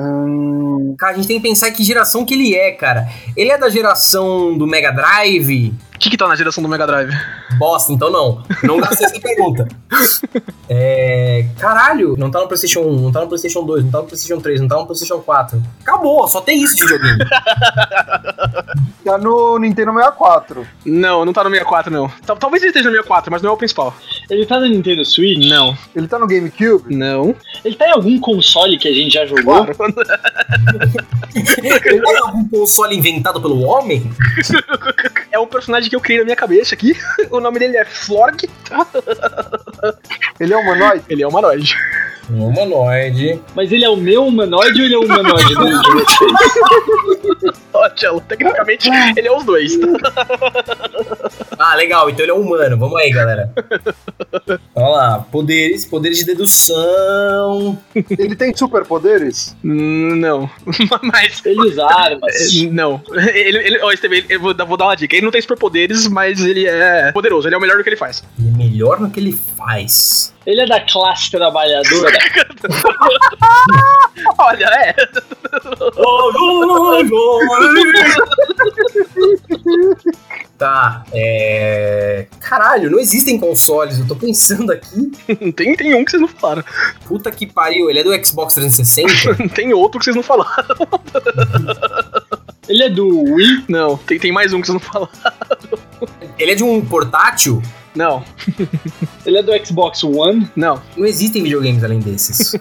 Hum,
Cara, a gente tem que pensar que geração que ele é, cara. Ele é da geração do Mega Drive?
O que, que tá na geração do Mega Drive?
Bosta, então não. Não dá essa pergunta. É. Caralho, não tá no PlayStation 1, não tá no PlayStation 2, não tá no PlayStation 3, não tá no PlayStation 4. Acabou, só tem isso de videogame.
tá no Nintendo 64.
Não, não tá no 64, não. Tal- Talvez ele esteja no 64, mas não é o principal.
Ele tá no Nintendo Switch?
Não.
Ele tá no GameCube?
Não.
Ele tá em algum console que a gente já jogou?
Claro.
Ele é algum console inventado pelo homem?
É um personagem que eu criei na minha cabeça aqui. O nome dele é Florg.
Ele é humanoide?
Ele é humanoide.
Um humanoide.
Mas ele é o meu humanoide ou ele é o humanoide do jogo?
Ah. Ó, Tchelo, tecnicamente ele é os dois. tá?
Ah, legal, então ele é humano. Vamos aí, galera. Vamos lá. Poderes, poderes de dedução.
Ele tem superpoderes?
Hum, Não. Mas.
Ele usa armas.
Não. Ele, ele, ó, Estevam, ele- eu vou, dar- vou dar uma dica. Ele não tem superpoderes, mas ele é poderoso. Ele é o melhor do que ele faz.
Ele é melhor no que ele faz.
Ele é da classe trabalhadora.
Olha, é.
Tá, é. Caralho, não existem consoles, eu tô pensando aqui.
Tem, tem um que vocês não falaram.
Puta que pariu, ele é do Xbox 360?
Tem outro que vocês não falaram.
Ele é do Wii.
Não, tem, tem mais um que vocês não falaram.
ele é de um portátil?
Não,
Ele é do Xbox One.
não.
Não existem videogames além desses.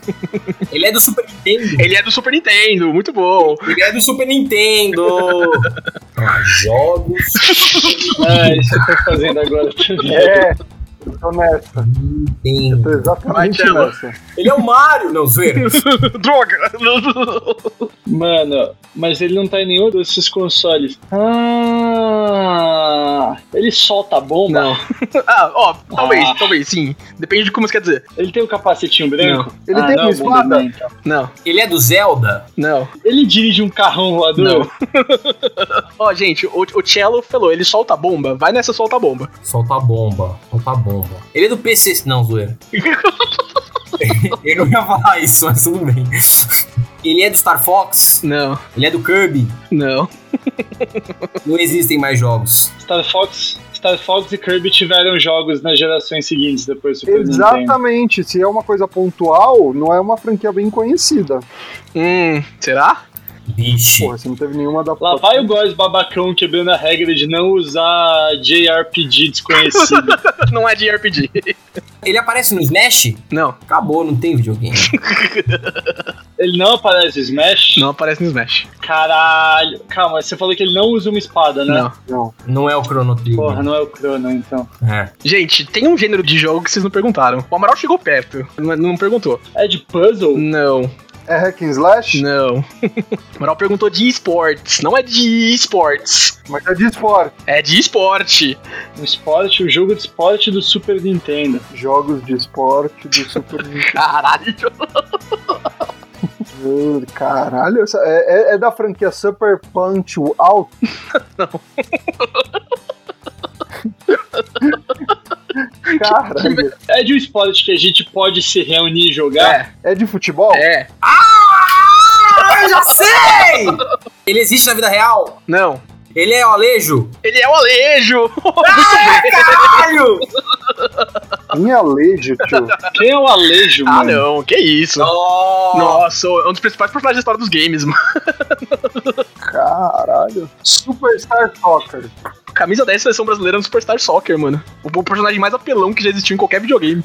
ele é do Super Nintendo?
Ele é do Super Nintendo, muito bom.
Ele é do Super Nintendo! Ah, jogos.
Ah, isso eu tô fazendo agora também.
É, eu tô nessa.
Nintendo.
Tô exatamente
Vai, Tchelo.
nessa.
Ele é o Mario! Não, zoeira.
Droga!
Mano, mas ele não tá em nenhum desses consoles. Ah, ele solta a bomba?
Não. Ah, ó, talvez,
Ah.
talvez, sim. Depende de como você quer dizer.
Ele tem um capacetinho branco? Ah,
Ele tem uma espada?
Bomberman, então.
Não,
Ele é do Zelda?
não.
Ele dirige um carrão voador?
Ó, gente, o, o Cello falou, ele solta a bomba. Vai nessa solta a bomba.
Solta a bomba. Solta a bomba. Ele é do PC. Não, zoeira. Eu não ia falar isso, mas tudo bem. Ele é do Star Fox?
Não,
Ele é do Kirby?
não.
Não existem mais jogos.
Star Fox, Star Fox e Kirby tiveram jogos nas gerações seguintes depois do Super Nintendo.
Exatamente. Se é uma coisa pontual, não é uma franquia bem conhecida.
Hum, será?
Vixe.
Porra, você não teve nenhuma da
Lá vai o Góis babacão quebrando a regra de não usar JRPG desconhecido.
Não é de RPG.
Ele aparece no Smash?
Não,
Acabou, não tem videogame.
ele não aparece no Smash?
não aparece no Smash.
Caralho. Calma, você falou que ele não usa uma espada, né?
Não.
Não.
Não é o Chrono Trigger.
Porra, não é o Crono, então.
É.
Gente, tem um gênero de jogo que vocês não perguntaram. O Amaral chegou perto, mas não perguntou.
É de puzzle?
Não,
É hack and slash?
não. O Amaral perguntou de esportes. Não é de esportes.
Mas é de esporte.
É de esporte.
Um esporte, o jogo de esporte do Super Nintendo.
Jogos de esporte do Super Nintendo.
Caralho.
Caralho, essa- é, é- é da franquia Super Punch Out? Não. Caralho.
É de um esporte que a gente pode se reunir e jogar?
É,
É de futebol?
é.
Ah, eu já sei! Ele existe na vida real?
Não.
Ele é o Alejo?
Ele é o Alejo.
Caralho!
Minha leite, tio.
Quem é o Alejo,
Ah,
mano?
não. Que isso.
Nossa!
Nossa, é um dos principais personagens da história dos games, mano.
Caralho. Superstar Soccer.
Camisa 10 seleção brasileira no Superstar Soccer, mano. O o personagem mais apelão que já existiu em qualquer videogame.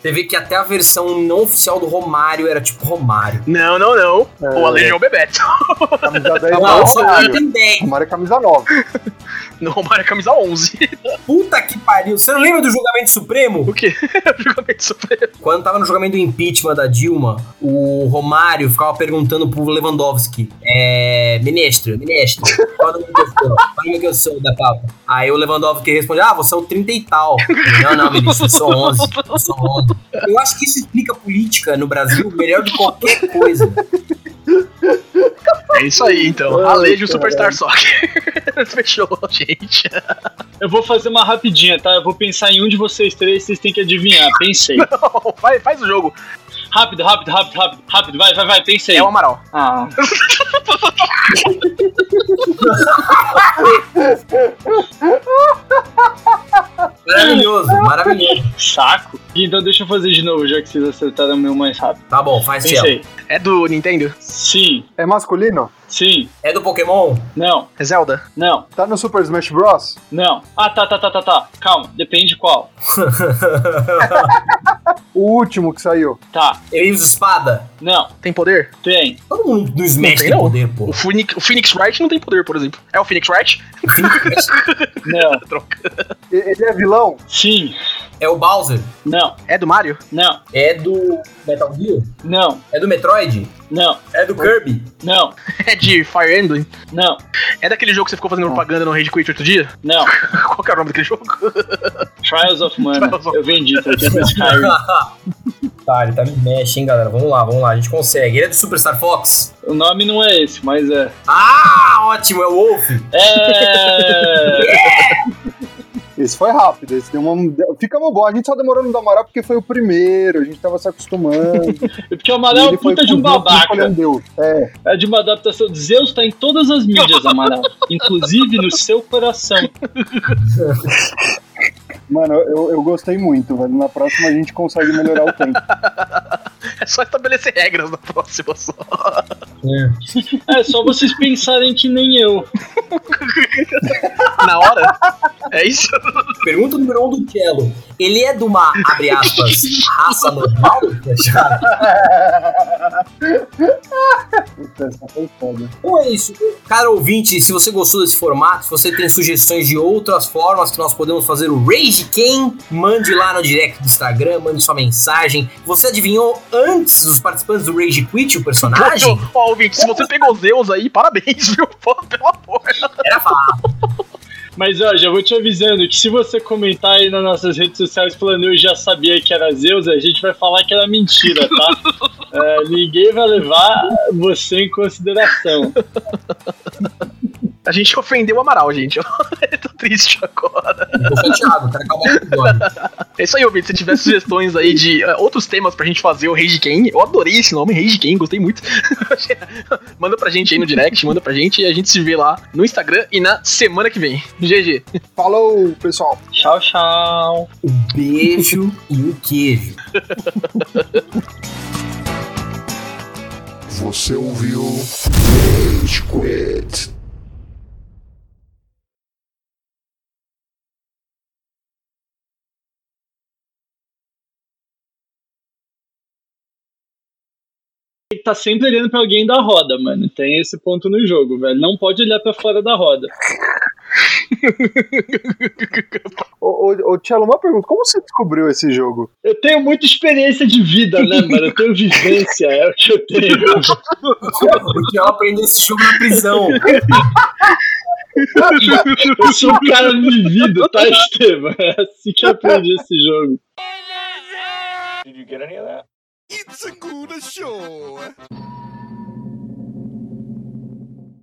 Você vê que até a versão não oficial do Romário era tipo Romário.
Não, não, não.
É.
O Alejo é o Bebeto.
Camisa
Tá
10
Não,
não,
só que
Romário.
tem 10.
Romário é camisa 9.
No Romário é camisa 11.
Puta que pariu. Você não lembra do julgamento supremo?
O quê? Julgamento supremo.
Quando tava no julgamento do impeachment da Dilma, o Romário ficava perguntando pro Lewandowski: É. Ministro, ministro, qual o número que eu sou? Qual o número que eu sou da pauta? Aí o Lewandowski responde: Ah, você é o 30 e tal. Ele, não, não, ministro, eu sou 11. Eu sou 11. Eu acho que isso explica política no Brasil melhor do que qualquer coisa.
É isso aí, então.
Ai, caralho.
Alejo Superstar Soccer. Fechou, gente.
Eu vou fazer uma rapidinha, tá? Eu vou pensar em um de vocês três, vocês têm que adivinhar. Pensei.
Vai, faz o jogo.
Rápido, rápido, rápido, rápido, rápido. Vai, vai, vai, pensei.
É o Amaral.
Ah.
Maravilhoso, maravilhoso.
Saco. Então deixa eu fazer de novo, já que vocês acertaram o meu mais rápido.
Tá bom, faz tchelo.
Pensei.
É do Nintendo?
Sim,
É masculino?
sim,
É do Pokémon?
não,
É Zelda?
não,
Tá no Super Smash Bros?
não. Ah, tá, tá, tá, tá, tá. Calma, depende qual.
O último que saiu.
Tá,
Ele usa espada?
não,
Tem poder?
tem.
Todo mundo no Smash
Não tem,
tem
não.
poder, pô.
O Phoenix, o Phoenix Wright não tem poder, por exemplo. É o Phoenix Wright? Tá
Não,
E- Ele é vilão?
sim,
É o Bowser?
não,
É do Mario?
não,
É do Metal Gear?
não,
É do Metroid? Metroid?
Não,
É do Kirby?
não,
É de Fire Emblem?
não,
É daquele jogo que você ficou fazendo propaganda no Rage Quit outro dia?
não.
Qual que é o nome daquele jogo?
Trials of Mana.
Trials of-
Eu vendi pra ti, pra Skyrim.
tá, ele tá me mexe, hein, galera. Vamos lá, vamos lá, a gente consegue. Ele é do Superstar Fox?
O nome não é esse, mas é.
Ah, ótimo, é o Wolf.
É.
Esse foi rápido, esse deu uma. Ficamos bom. A gente só demorou no dar moral porque foi o primeiro, a gente tava se acostumando.
Porque o Amaral é um puta de um babaca.
Deus. É,
É de uma adaptação. Zeus tá em todas as mídias, Amaral. Inclusive no seu coração.
mano, eu, eu gostei muito, velho. Na próxima a gente consegue melhorar o tempo.
É só estabelecer regras na próxima só.
É só vocês pensarem que nem eu.
Na hora? É isso?
Pergunta número um do Cello. Ele é de uma, abre aspas, raça normal? Fechado.
Puta, essa foi foda.
Ou é isso? Cara ouvinte, se você gostou desse formato, se você tem sugestões de outras formas que nós podemos fazer o Rage Quem, mande lá no direct do Instagram, mande sua mensagem. Você adivinhou antes dos participantes do Rage Quit o personagem?
Ó, ó, ouvinte, se você pegou Zeus aí, parabéns, viu? Pô, pelo amor.
Era fácil.
Mas ó, já vou te avisando que se você comentar aí nas nossas redes sociais falando eu já sabia que era Zeus, a gente vai falar que era mentira, tá? É, ninguém vai levar você em consideração.
A gente ofendeu o Amaral, gente. Eu tô triste agora.
Tô chateado, cara, tá, calma aí, agora.
É isso aí, ouvinte. Se tiver sugestões aí de eh, outros temas pra gente fazer o Rage Ken, eu adorei esse nome, Rage Ken, gostei muito. manda pra gente aí no direct, manda pra gente e a gente se vê lá no Instagram e na semana que vem. GG.
Falou, pessoal.
Tchau, tchau.
Um Beijo e o queijo.
Você ouviu? Rage Quit.
Ele tá sempre olhando pra alguém da roda, mano. Tem esse ponto no jogo, velho. Não pode olhar pra fora da roda.
Ô, ô, ô Tchelo, uma pergunta: como você descobriu esse jogo?
Eu tenho muita experiência de vida, né, mano? Eu tenho vivência, é o que eu tenho.
Porque ela aprendeu esse jogo na prisão.
Eu sou um cara vivido, tá, Estevam? É assim que eu aprendi esse jogo.
Did you get any of that? It's a good show.